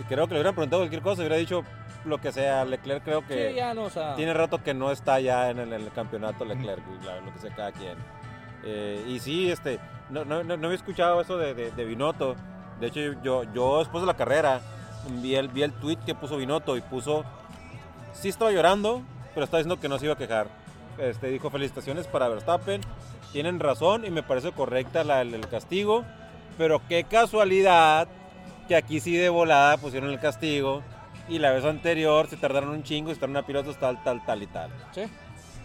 C: Y creo que le hubieran preguntado cualquier cosa, hubiera dicho lo que sea. Leclerc creo que
A: Sí, ya no, o sea.
C: tiene rato que no está ya en el, en el campeonato Leclerc, y la- lo que sea cada quien. Eh, y sí, este, no, no, no, no había escuchado eso de, de, de Binotto. De hecho, yo, yo después de la carrera vi el, vi el tweet que puso Binotto y puso, sí estaba llorando, pero estaba diciendo que no se iba a quejar. Este, dijo, felicitaciones para Verstappen, tienen razón y me parece correcta la, el, el castigo, pero qué casualidad que aquí sí de volada pusieron el castigo y la vez anterior se tardaron un chingo y estaban a pilotos tal, tal, tal y tal.
A: Sí.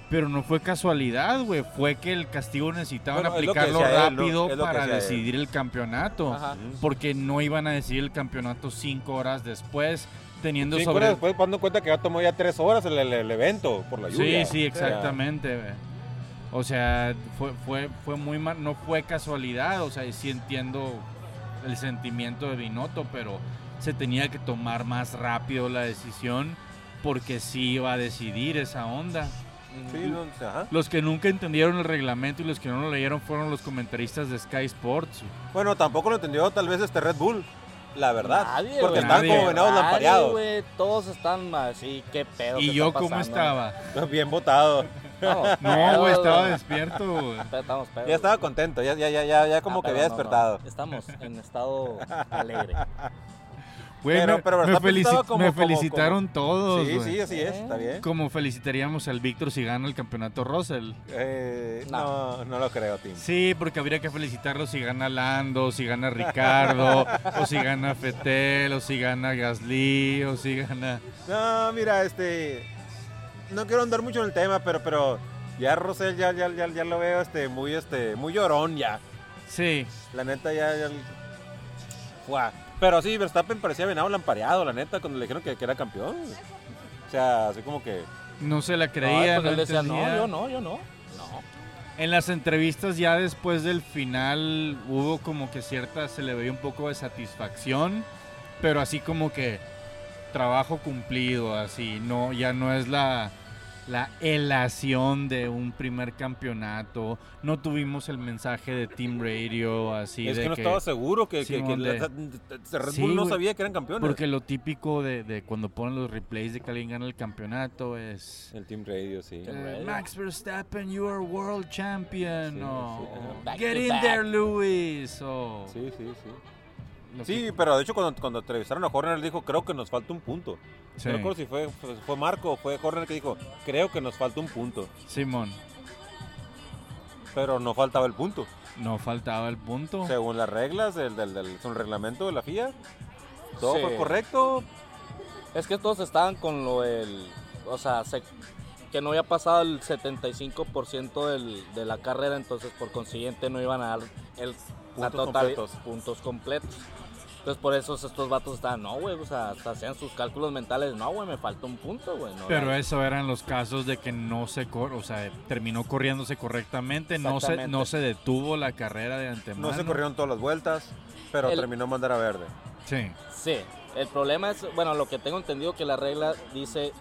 B: Pero no fue casualidad, güey. Fue que el castigo necesitaban
C: Bueno, es lo que
B: aplicarlo
C: decía él, ¿no?
B: rápido
C: Es lo que
B: para
C: decía él.
B: decidir el campeonato.
C: Ah.
A: Ajá.
B: Porque no iban a decidir el campeonato cinco horas después, teniendo
C: Cinco
B: sobre...
C: horas después, dando cuenta que ya tomó ya tres horas el, el- el evento por la
B: Sí,
C: lluvia.
B: sí,
C: O sea,
B: exactamente. güey. O sea, fue, fue, fue muy mal, no fue casualidad, o sea, y sí entiendo el sentimiento de Binotto, pero se tenía que tomar más rápido la decisión porque sí iba a decidir esa onda.
C: Sí, no, ajá.
B: Los que nunca entendieron el reglamento y los que no lo leyeron fueron los comentaristas de Sky Sports.
C: Bueno, tampoco lo entendió tal vez este Red Bull, la verdad.
A: Nadie,
C: porque
A: güey.
C: estaban como
B: Nadie.
C: venados
A: Nadie,
C: lampareados.
A: güey, todos están así, qué pedo.
B: ¿Y
A: qué
B: yo
A: está
B: cómo
A: pasando? <laughs>
C: <laughs>
B: estaba?
C: Bien votado.
A: Estamos
B: No,
A: pedos,
B: güey, estaba
A: güey.
B: despierto. güey.
A: Pero Estamos pedos.
C: Ya estaba contento, ya, ya, ya, ya, ya como
A: Ah,
C: que
A: pero no,
C: había
A: no.
C: despertado.
A: Estamos en
C: <laughs>
A: estado alegre.
B: Güey,
C: Pero-
B: me,
C: pero
B: me
C: Verstappen
B: felici-
C: estaba como-
B: me
C: como-
B: felicitaron todos.
C: Sí,
B: güey.
C: sí, así es,
A: Eh.
C: está bien.
B: Como felicitaríamos al Víctor si gana el campeonato Russell.
C: Eh,
A: No.
C: no. no, lo creo, Tim.
B: Sí, porque habría que felicitarlo si gana Lando, si gana Ricardo, o si gana Fetel, o si gana Gasly, o si gana.
C: No, mira, este. No quiero andar mucho en el tema, pero, pero ya Rosel ya, ya, ya, ya lo veo este, muy, este, muy llorón ya.
B: Sí,
C: La neta ya. ya- Fuá. Pero sí, Verstappen parecía venado lampareado, la neta, cuando le dijeron que, que era campeón. O sea, así como que.
B: no se la
A: Ay,
B: creía.
A: porque
B: no
A: él decía, no,
B: entendía.
A: yo no, yo no. No.
B: En las entrevistas ya después del final hubo como que cierta, se le veía un poco de satisfacción, pero así como que trabajo cumplido, así, no, ya no es la, la elación de un primer campeonato, no tuvimos el mensaje de Team Radio, así
C: es
B: de
C: que no
B: que-
C: estaba seguro que, que, que
B: Simón,
C: la-
B: de-
C: la- Red
B: Sí,
C: Bull no
B: güey.
C: sabía que eran campeones.
B: Porque lo típico de, de cuando ponen los replays de que alguien gana el campeonato es...
C: El Team Radio, sí.
B: eh,
A: Radio.
B: Max Verstappen, you are world champion.
C: Sí,
B: o,
C: sí, ajá.
A: Back
B: Get
A: to
B: in
A: back.
B: there, Oh. Luis. o-
C: Sí, sí, sí.
B: Lo
C: Sí,
B: que-
C: pero de hecho cuando, cuando entrevistaron a Horner él dijo, creo que nos falta un punto.
B: Sí,
C: No recuerdo si fue, fue- fue Marco o fue Horner que dijo, creo que nos falta un punto.
B: Simón,
C: Pero no faltaba el punto.
B: no faltaba el punto.
C: Según las reglas del, del, del- según el reglamento de la FIA, todo
A: Sí.
C: fue correcto.
A: Es que todos estaban con lo del. O sea, se- que no había pasado el 75% del- de la carrera, entonces por consiguiente no iban a dar el, la
C: Puntos
A: total-
C: completos.
A: puntos completos. Entonces por eso estos vatos estaban, no, güey, o sea, hasta hacían sus cálculos mentales, no, güey, me falta un punto, güey. no,
B: Pero
A: la-
B: eso eran los casos de que no se, cor- o sea, terminó corriéndose correctamente, no se, no
A: Exactamente.
B: se detuvo la carrera de antemano.
C: No se corrieron todas las vueltas, pero
A: El-
C: terminó mandar a verde.
B: Sí,
A: Sí, el problema es, bueno, lo que tengo entendido que la regla dice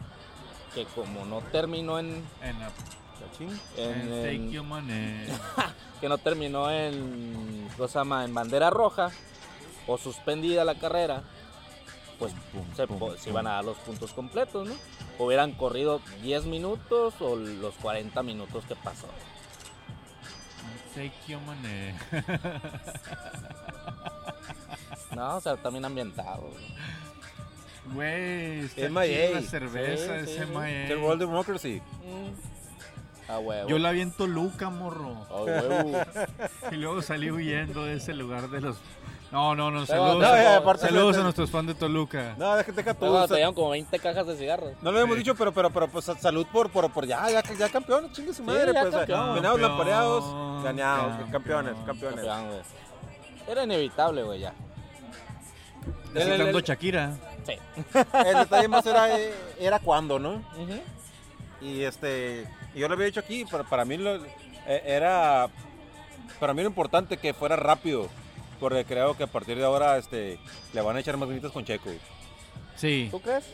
A: que como no terminó en...
B: en la-
C: Cachín.
A: en-
B: en
A: en-
B: Take Your Money.
A: que no terminó en, ¿cómo se llama? en bandera roja o suspendida la carrera, pues se, po- se iban a dar los puntos completos, ¿no? Hubieran corrido 10 minutos o los 40 minutos que pasó.
B: Take Your Money.
A: No, o sea, también ambientado. güey.
B: Güey, está
C: MIA.
B: chida la cerveza,
A: Sí, sí,
B: es
A: sí.
B: MIA.
C: The World Democracy.
A: Mm. A huevo.
B: Yo la vi en Toluca, morro.
A: A huevo.
B: Y luego salí huyendo de ese lugar de los... No, no, no,
A: Pero-
B: saludos.
C: No,
A: eh,
B: a-
C: y aparte-
B: Saludos a nuestros fans de Toluca.
C: No, deja, deja tú.
A: Luego
C: o
A: te
C: sea,
A: dieron como 20 cajas de cigarros.
C: no lo habíamos
B: Sí.
C: dicho, pero, pero, pero pues salud por, por, por ya, ya, ya campeón, chingue su madre.
A: ya
C: pues,
A: campeón.
C: venados
B: Campeón,
C: lampareados, ganados,
B: campeón.
C: campeones, campeones.
A: Campeón, güey. Era inevitable, güey, ya.
C: El- el-
B: Necesitando
C: el-
B: Shakira.
A: Sí.
C: El detalle más era, eh, era cuándo, ¿no?
A: Ujú.
C: Y este, yo lo había dicho aquí, para, para mí lo- eh, era, para mí lo importante que fuera rápido, porque creo que a partir de ahora, este, le van a echar más bonitas con Checo.
B: Sí.
A: ¿Tú crees?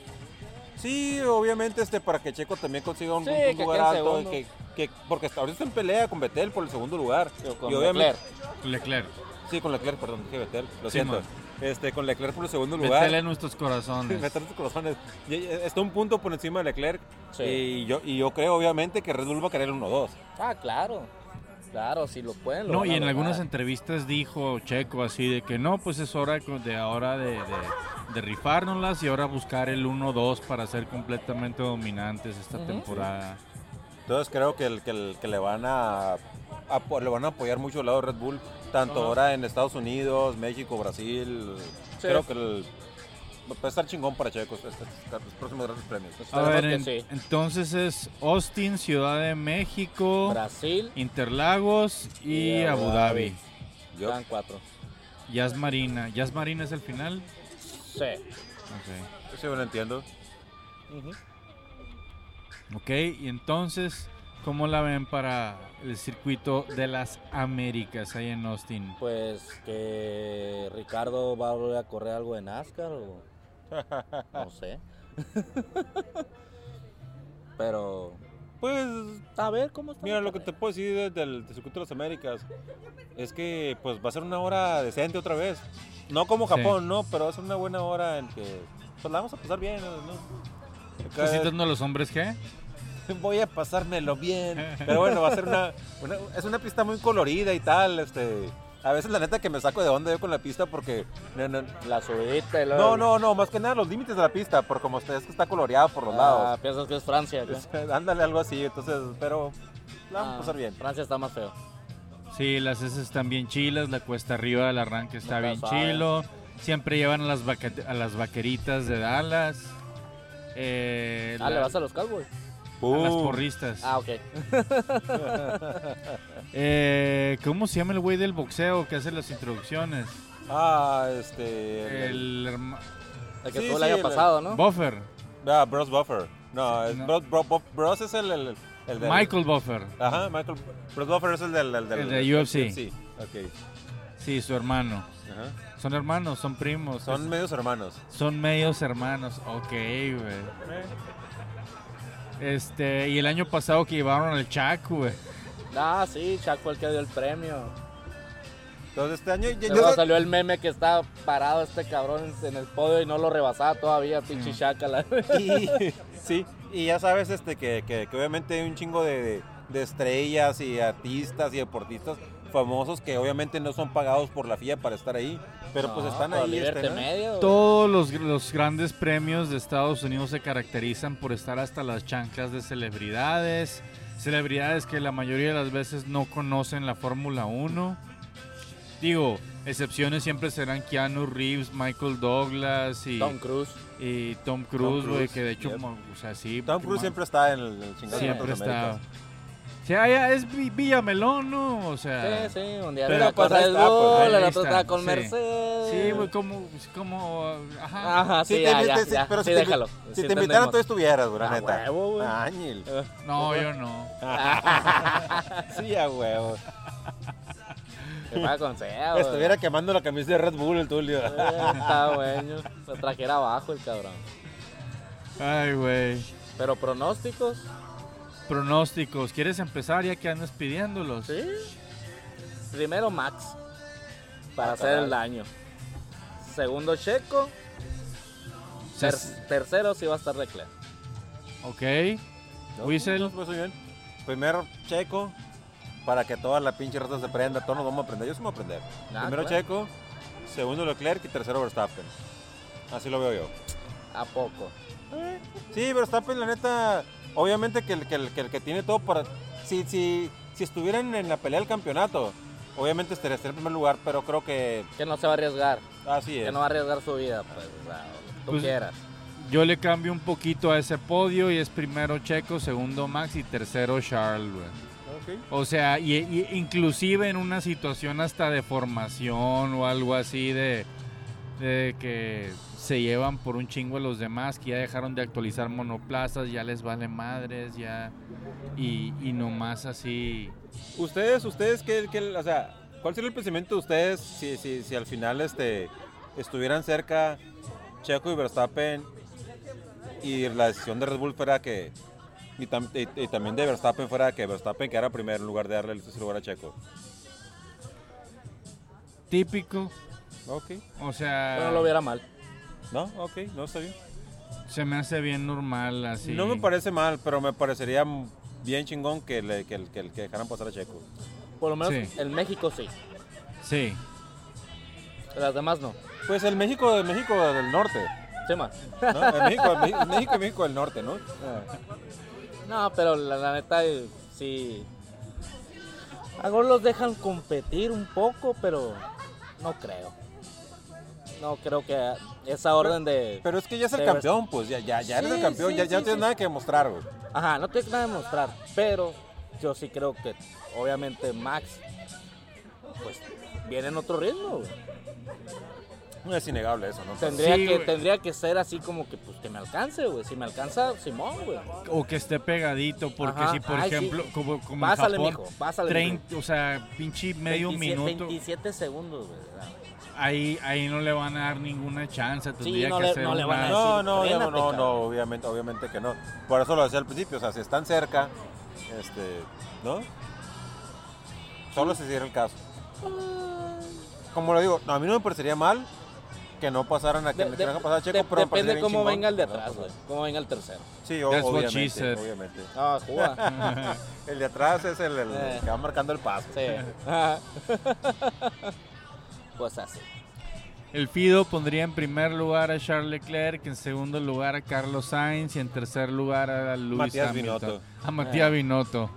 C: Sí, obviamente, este, para que Checo también consiga un,
A: Sí,
C: un
A: que quede
C: lugar alto,
A: segundo.
C: que, que- porque hasta ahorita está en pelea con Betel por el segundo lugar.
A: Yo con
C: Y obviamente-
A: Leclerc.
B: Leclerc.
C: Sí, con Leclerc, perdón, dije Betel, lo
B: Sí,
C: siento.
B: man.
C: Este, con Leclerc por el segundo lugar. <laughs>
B: Métele en nuestros corazones.
C: meter tus corazones. Y- y- Está un punto por encima de Leclerc.
A: Sí.
C: Y, yo, y yo creo, obviamente, que Red Bull va a querer el 1-2.
A: Ah, claro. Claro, si lo pueden. Lo
B: No,
A: van
B: y
A: a
B: en
A: lograr.
B: algunas entrevistas dijo Checo así de que no, pues es hora co- de ahora de, de, de rifárnoslas y ahora buscar el 1-2 para ser completamente dominantes esta
A: Ujú.
B: temporada.
C: Entonces creo que, el, que, el- que le van a, apo- le van a apoyar mucho el lado de Red Bull, tanto
A: Ajá.
C: ahora en Estados Unidos, México, Brasil.
A: Sí.
C: Creo que el- va a estar chingón para Checo este, estos próximos grandes premios.
B: A
A: Esperemos
B: ver, en-
A: que sí.
B: entonces es Austin, Ciudad de México,
A: Brasil,
B: Interlagos y,
A: Y Abu
B: Abu Dhabi.
A: Dhabi.
C: Ah, Yo-
A: dan cuatro.
B: Yas Marina. Yas Marina es el final.
A: Sí.
B: Ok.
C: eso yo no entiendo.
A: Ujú.
B: Ok, y entonces ¿Cómo la ven para el circuito de las Américas ahí en Austin?
A: Pues que Ricardo va a volver a correr algo de NASCAR <laughs> o no sé. Pero
C: Pues
A: a ver cómo está.
C: Mira,
A: la
C: lo que te
A: carrera.
C: puedo decir desde el Circuito de las Américas es que pues va a ser una hora decente otra vez. No como
B: Sí.
C: Japón, ¿no? Pero va a ser una buena hora en que pues la vamos a pasar bien, ¿no? Acá
B: ¿Estás a los hombres qué?
C: voy a pasármelo bien. Pero bueno, va a ser una, una- Es una pista muy colorida y tal, este... A veces la neta que me saco de onda yo con la pista porque... No, no,
A: La subidita y luego-
C: no, no, no, más que nada los límites de la pista, por como usted- es que está coloreado por los
A: Ah,
C: lados.
A: piensas que es Francia. acá.
B: pues,
C: <laughs> Ándale algo así, entonces, pero la vamos a
A: Ah,
C: pasar bien.
A: Francia está más feo.
B: Sí, las heces están bien chilas, la cuesta arriba del arranque está
A: Nunca
B: bien
A: sabes.
B: chilo. Siempre llevan a las, vaca- a las vaqueritas de Dallas. eh,
A: Ah, le
B: la-
A: vas a los Cowboys.
B: a las
C: Pum.
B: porristas.
A: Ah, ok. <laughs>
B: Eh, ¿Cómo se llama el güey del boxeo que hace las introducciones?
C: Ah, este. El...
B: El herma-
A: El que
C: Sí,
A: estuvo el
C: sí,
A: año
C: la-
A: pasado, ¿no?
B: Buffer.
C: Ah, Bros Buffer. No, es
B: No.
C: Bros, Bro- Bo- Bros es el. el, el del-
B: Michael Buffer.
C: Ajá, Michael. Bros Buffer es el del. El, del,
B: El de UFC.
C: Sí, ok.
B: Sí, su hermano.
C: Ajá.
B: Son hermanos, son primos.
C: Son
B: es-
C: medios hermanos.
B: son medios hermanos. Ok, güey. Este, y el año pasado que llevaron al Chac, güey.
A: Ah, sí, Chaco el que dio el premio.
C: Entonces este año. Yo, yo-
A: Luego salió el meme que estaba parado este cabrón en- en el podio y no lo rebasaba todavía,
C: Mm.
A: pinche
B: Sí.
A: Chaca. la- <laughs>
C: <laughs> y, sí, y ya sabes este que, que, que obviamente hay un chingo de, de- de estrellas y artistas y deportistas famosos que obviamente no son pagados por la FIA para estar ahí, pero pues
A: No,
C: están
A: pero
C: ahí.
A: Liberte
C: Este, ¿no?
A: medio. güey.
B: Todos los, los grandes premios de Estados Unidos se caracterizan por estar hasta las chanclas de celebridades. Celebridades que la mayoría de las veces no conocen la Fórmula 1. Digo, excepciones siempre serán Keanu Reeves, Michael Douglas y
A: Tom Cruise.
B: y Tom Cruise, güey,
C: Cruise,
B: que de hecho,
C: yep.
B: mo- o sea, sí.
C: Tom
B: que
C: Cruise
B: ma-
C: siempre está en el, el chingado
B: siempre
C: de las
B: está.
C: Américas.
B: O sea, ah, ya es Vi- Villamelón, ¿no? O sea,
A: Sí, sí, un día
C: Ah. Pero
A: estaba con
C: pues ahí
A: Red
C: está, pues,
A: Bull,
B: ahí
A: el otro
B: está,
A: estaba con
B: sí.
A: Mercedes.
B: sí, güey, como, como, ajá.
A: Ajá, Ah, sí,
C: Si te
A: ya,
C: invita-
A: ya,
C: si-
A: ya.
C: pero
A: sí,
C: si te invi-
A: déjalo.
C: Si
A: sí
C: te invitaran,
A: entendemos.
C: tú estuvieras, güey, la
A: Ah,
C: neta.
A: huevo, güey.
C: Ángel.
A: <laughs>
B: No, yo no.
C: Sí, a huevo.
A: Que paga con
C: <laughs>
A: sea, güey.
C: Estuviera quemando la camisa de Red Bull el
A: <laughs>
C: Tulio.
A: Eh, <laughs> Está bueno. Lo trajera abajo el cabrón.
B: Ay, güey.
A: Pero pronósticos.
B: Pronósticos, ¿quieres empezar ya que andas pidiéndolos?
A: Sí. Primero Max. Para
C: Ah,
A: hacer
C: caray.
A: el daño. Segundo Checo.
B: Se-
A: Ter- tercero sí va a estar Leclerc.
B: Ok. Whistle.
C: No, pues, muy bien. Primero Checo, para que toda la pinche raza se prenda. Todos nos vamos a aprender. Yo sí me voy a aprender.
A: Ah,
C: Primero
A: claro.
C: Checo, segundo Leclerc y tercero Verstappen. Así lo veo yo.
A: ¿A poco?
C: Sí, Verstappen, la neta, obviamente que el que, el- que el que tiene todo para... Si, si, si estuvieran en la pelea del campeonato, obviamente estaría en primer lugar, pero creo que
A: Que no se va a arriesgar.
C: así
A: Que
C: es.
A: no va a arriesgar su vida. Pues, o sea, tú
B: Pues-
A: quieras.
B: Yo le cambio un poquito a ese podio y es primero Checo, segundo Max y tercero Charles, güey.
C: Ok.
B: O sea, y, y inclusive en una situación hasta de formación o algo así de, de que se llevan por un chingo a los demás, que ya dejaron de actualizar monoplazas, ya les vale madres, ya... Y, y nomás así...
C: Ustedes, ustedes, ¿qué, qué- o sea, ¿cuál sería el pensamiento de ustedes si, si, si al final este, estuvieran cerca Checo y Verstappen y la decisión de Red Bull fuera que, y, tam- y- y también de Verstappen fuera que Verstappen quedara primero en lugar de darle ese lugar a Checo?
B: Típico,
C: Ok.
B: o sea...
A: Yo no lo viera mal.
C: No, ok, no está bien.
B: Se me hace bien normal así.
C: No me parece mal, pero me parecería bien chingón que, le, que, el- que, el- que dejaran pasar a Checo.
A: Por lo menos
B: Sí.
A: en México sí.
B: Sí.
A: Las demás no.
C: Pues el México, el México del norte,
A: Sí, más.
C: ¿no? El México, el México, el México, el México del norte, ¿no?
A: No, pero la, la neta, eh, sí. Algo los dejan competir un poco, pero no creo. No creo que esa orden de.
C: Pero es que ya es el
A: Pero-
C: campeón, pues ya, ya, ya eres
A: Sí,
C: el campeón,
A: sí,
C: ya, ya
A: sí,
C: no tienes
A: sí.
C: nada que demostrar, güey.
A: Ajá, no tienes nada que demostrar, pero yo sí creo que, obviamente, Max, pues viene en otro ritmo. güey.
C: No es innegable eso, ¿no? Pero-
A: Tendría,
B: Sí,
A: que,
B: güey.
A: tendría que ser así como que pues que me alcance, güey. Si me alcanza, Simón, güey.
B: O que esté pegadito, porque
A: Ajá.
B: si por
A: Ay, sí.
B: ejemplo, como, como en
A: Pásale,
B: Japón,
A: mijo, pásale,
B: 30, o sea, pinche medio
A: 27
B: minuto,
A: 27 segundos, güey.
B: ahí, ahí no le van a dar ninguna chance, tendría
A: no
B: que
A: le-
B: hacer
A: no le van a
B: una-
A: decir,
C: No, no,
A: "Frénate,
C: no, no,
A: cabrón".
C: no, obviamente, obviamente que no. Por eso lo decía al principio, o sea, si están cerca, este, ¿no? Solo si diera el caso. Ah, Como lo digo, no, a mí no me parecería mal que no pasaran a que,
A: De-
C: que
A: de-
C: no hayan pasado a Checo,
A: de-
C: pero me
A: depende
C: parecería bien
A: cómo
C: chingón
A: venga el de
C: que no
A: atrás,
C: pasara.
A: güey. Cómo venga el tercero.
C: Sí, o-
B: That's what she
C: obviamente,
B: said.
C: obviamente.
A: Ah, juega.
C: El de atrás es el, el
A: Eh.
C: que va marcando el paso.
A: <laughs> sí. Ajá. pues así.
B: El Fido pondría en primer lugar a Charles Leclerc, en segundo lugar a Carlos Sainz y en tercer lugar a Luis
C: Matías Binotto.
B: A
A: Ah.
B: Matías Binotto.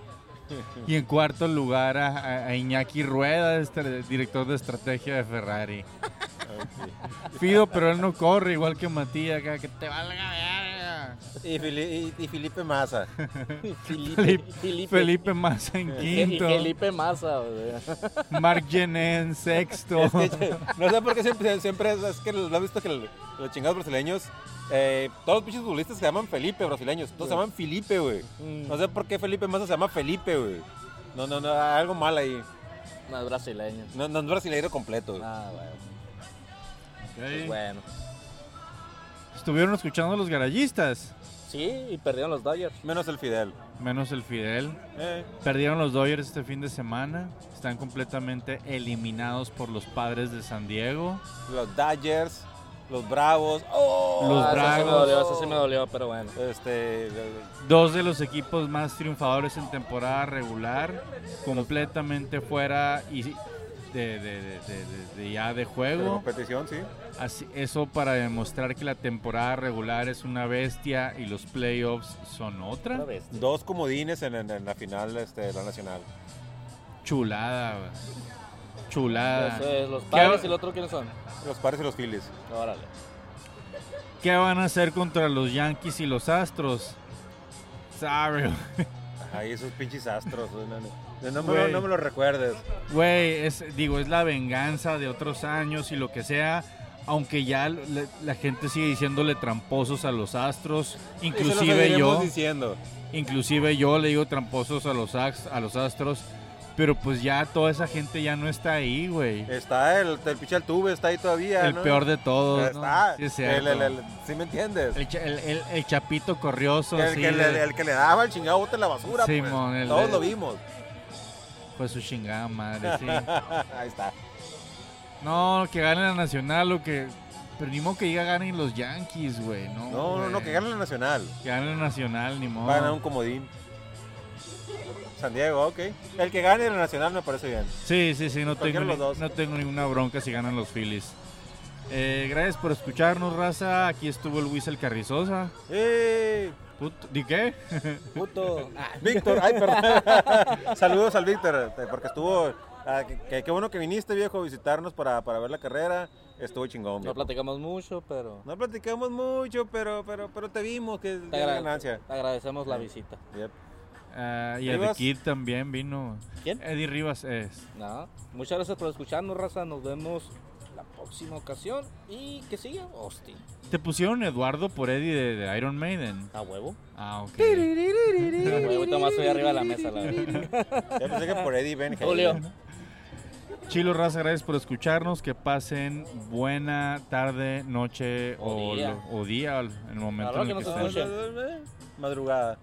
B: Y en cuarto lugar a, a- a Iñaki Rueda, este- director de estrategia de Ferrari. Fido, pero él no corre, igual que Matías, acá, que te valga verga.
C: Y, Fili- y- y Felipe Massa.
A: Felipe.
B: Felipe,
A: Felipe.
B: Felipe Massa en
A: Y- y
B: quinto.
A: Felipe Massa, güey.
B: Marc Gené en sexto.
C: <laughs> Es que, no sé por qué siempre, siempre es, es que lo has visto que el- los chingados brasileños, eh, todos los pinches futbolistas se llaman Felipe, brasileños. Todos se llaman Felipe, güey.
A: Mm.
C: No sé por qué Felipe Massa se llama Felipe, güey. No, no, no, algo mal ahí.
A: Más brasileño.
C: No, no es brasileiro completo. güey.
A: Ah, güey. Pues
B: Ok.
A: bueno.
B: Estuvieron escuchando a los garallistas,
A: Sí, y perdieron los Dodgers.
C: Menos el Fidel.
B: menos el Fidel.
C: Eh,
B: Perdieron los Dodgers este fin de semana. Están completamente eliminados por los padres de San Diego.
C: los Dodgers, los Bravos. ¡Oh!
B: Los
A: ah, Eso sí me
B: Bravos.
A: dolió, eso sí me dolió, pero bueno.
C: Este,
B: Dos de los equipos más triunfadores en temporada regular, completamente fuera y de, de- de- de- de- de ya de
C: la
B: juego.
C: competición, sí.
B: Así- eso para demostrar que la temporada regular es una bestia y los playoffs son otra.
A: Otra vez.
C: Dos comodines en, en- en la final este, de la nacional.
B: Chulada, güey. chulada.
A: Eso es, los
B: Ah. ¿Qué
A: padres
B: hab-
A: y el otro, ¿quiénes son?
C: Los pares y los Phillies.
A: Órale.
B: ¿Qué van a hacer contra los Yankees y los Astros? Sorry, güey.
C: Ay, esos pinches astros. güey, No, no, no me, lo-
B: Güey.
C: no me lo recuerdes.
B: Güey, es, digo, es la venganza de otros años y lo que sea. Aunque ya le- la gente sigue diciéndole tramposos a los astros.
C: Y se lo
B: Inclusive
C: seguiremos
B: yo.
C: diciendo.
B: Inclusive yo le digo tramposos a los, ax- a los astros. Pero pues ya toda esa gente ya no está ahí, güey.
C: Está el, el pinche Altuve, está ahí todavía.
B: El
C: Eh, ¿no?
B: peor de todos. ¿no?
C: Está.
B: Sí, es
C: el,
B: cierto.
C: el- el- ¿Sí me entiendes?
B: El cha- el- el- el chapito corrioso.
C: El,
B: así
C: que
B: de-
C: le, el que le daba el chingado bote en la basura,
B: Simón,
C: pues.
B: el
C: Todos
B: de-
C: lo vimos. <laughs>
B: Pues su chingada madre, sí.
C: Ahí está.
B: No, que gane la Nacional o que... Pero ni modo que ya ganen los Yankees, güey. No,
C: No, no, no,
B: güey.
C: que gane la nacional.
B: Que gane la Nacional, ni modo.
C: Va a ganar un comodín. San Diego, ok. El que gane la nacional me parece bien.
B: Sí, sí, sí, no tengo,
C: Cualquiera de los
B: ni-
C: dos.
B: no tengo ninguna bronca si ganan los Phillies. Eh, gracias por escucharnos, raza. Aquí estuvo Luis el Carrizosa.
C: ¡Eh!
B: Put- ¿Di qué?
A: Puto. Ah,
C: Víctor, ay, perdón. <laughs> Saludos al Víctor, este, porque estuvo. ah, que- que- Qué bueno que viniste, viejo, a visitarnos para, para ver la carrera. Estuvo chingón.
A: no
C: viejo.
A: platicamos mucho, pero
C: No platicamos mucho, pero, pero, pero te vimos, que es
A: te,
C: la
A: agra-
C: ganancia.
A: te agradecemos la visita.
C: Yep.
B: Ah, y Eddie
C: Rivas.
B: Kid también vino.
A: ¿Quién?
B: Eddie Rivas es.
A: No. Muchas gracias por escucharnos, raza. Nos vemos la próxima ocasión. Y que siga Austin.
B: ¿Te pusieron Eduardo por Eddie de, de Iron Maiden?
A: A huevo.
B: Ah, ok.
A: A huevo. Ahorita más estoy arriba de la mesa, la
B: <laughs>
A: verdad.
C: Ya pensé que por Eddie Ben Hayden.
A: Julio.
B: Chilo, raza, gracias por escucharnos. Que pasen buena tarde, noche o,
A: O día.
B: lo- o día, en el momento
A: Claro
B: en el
C: eh.
A: que
B: que
A: no se
B: estén.
A: escuche.
C: Madrugada.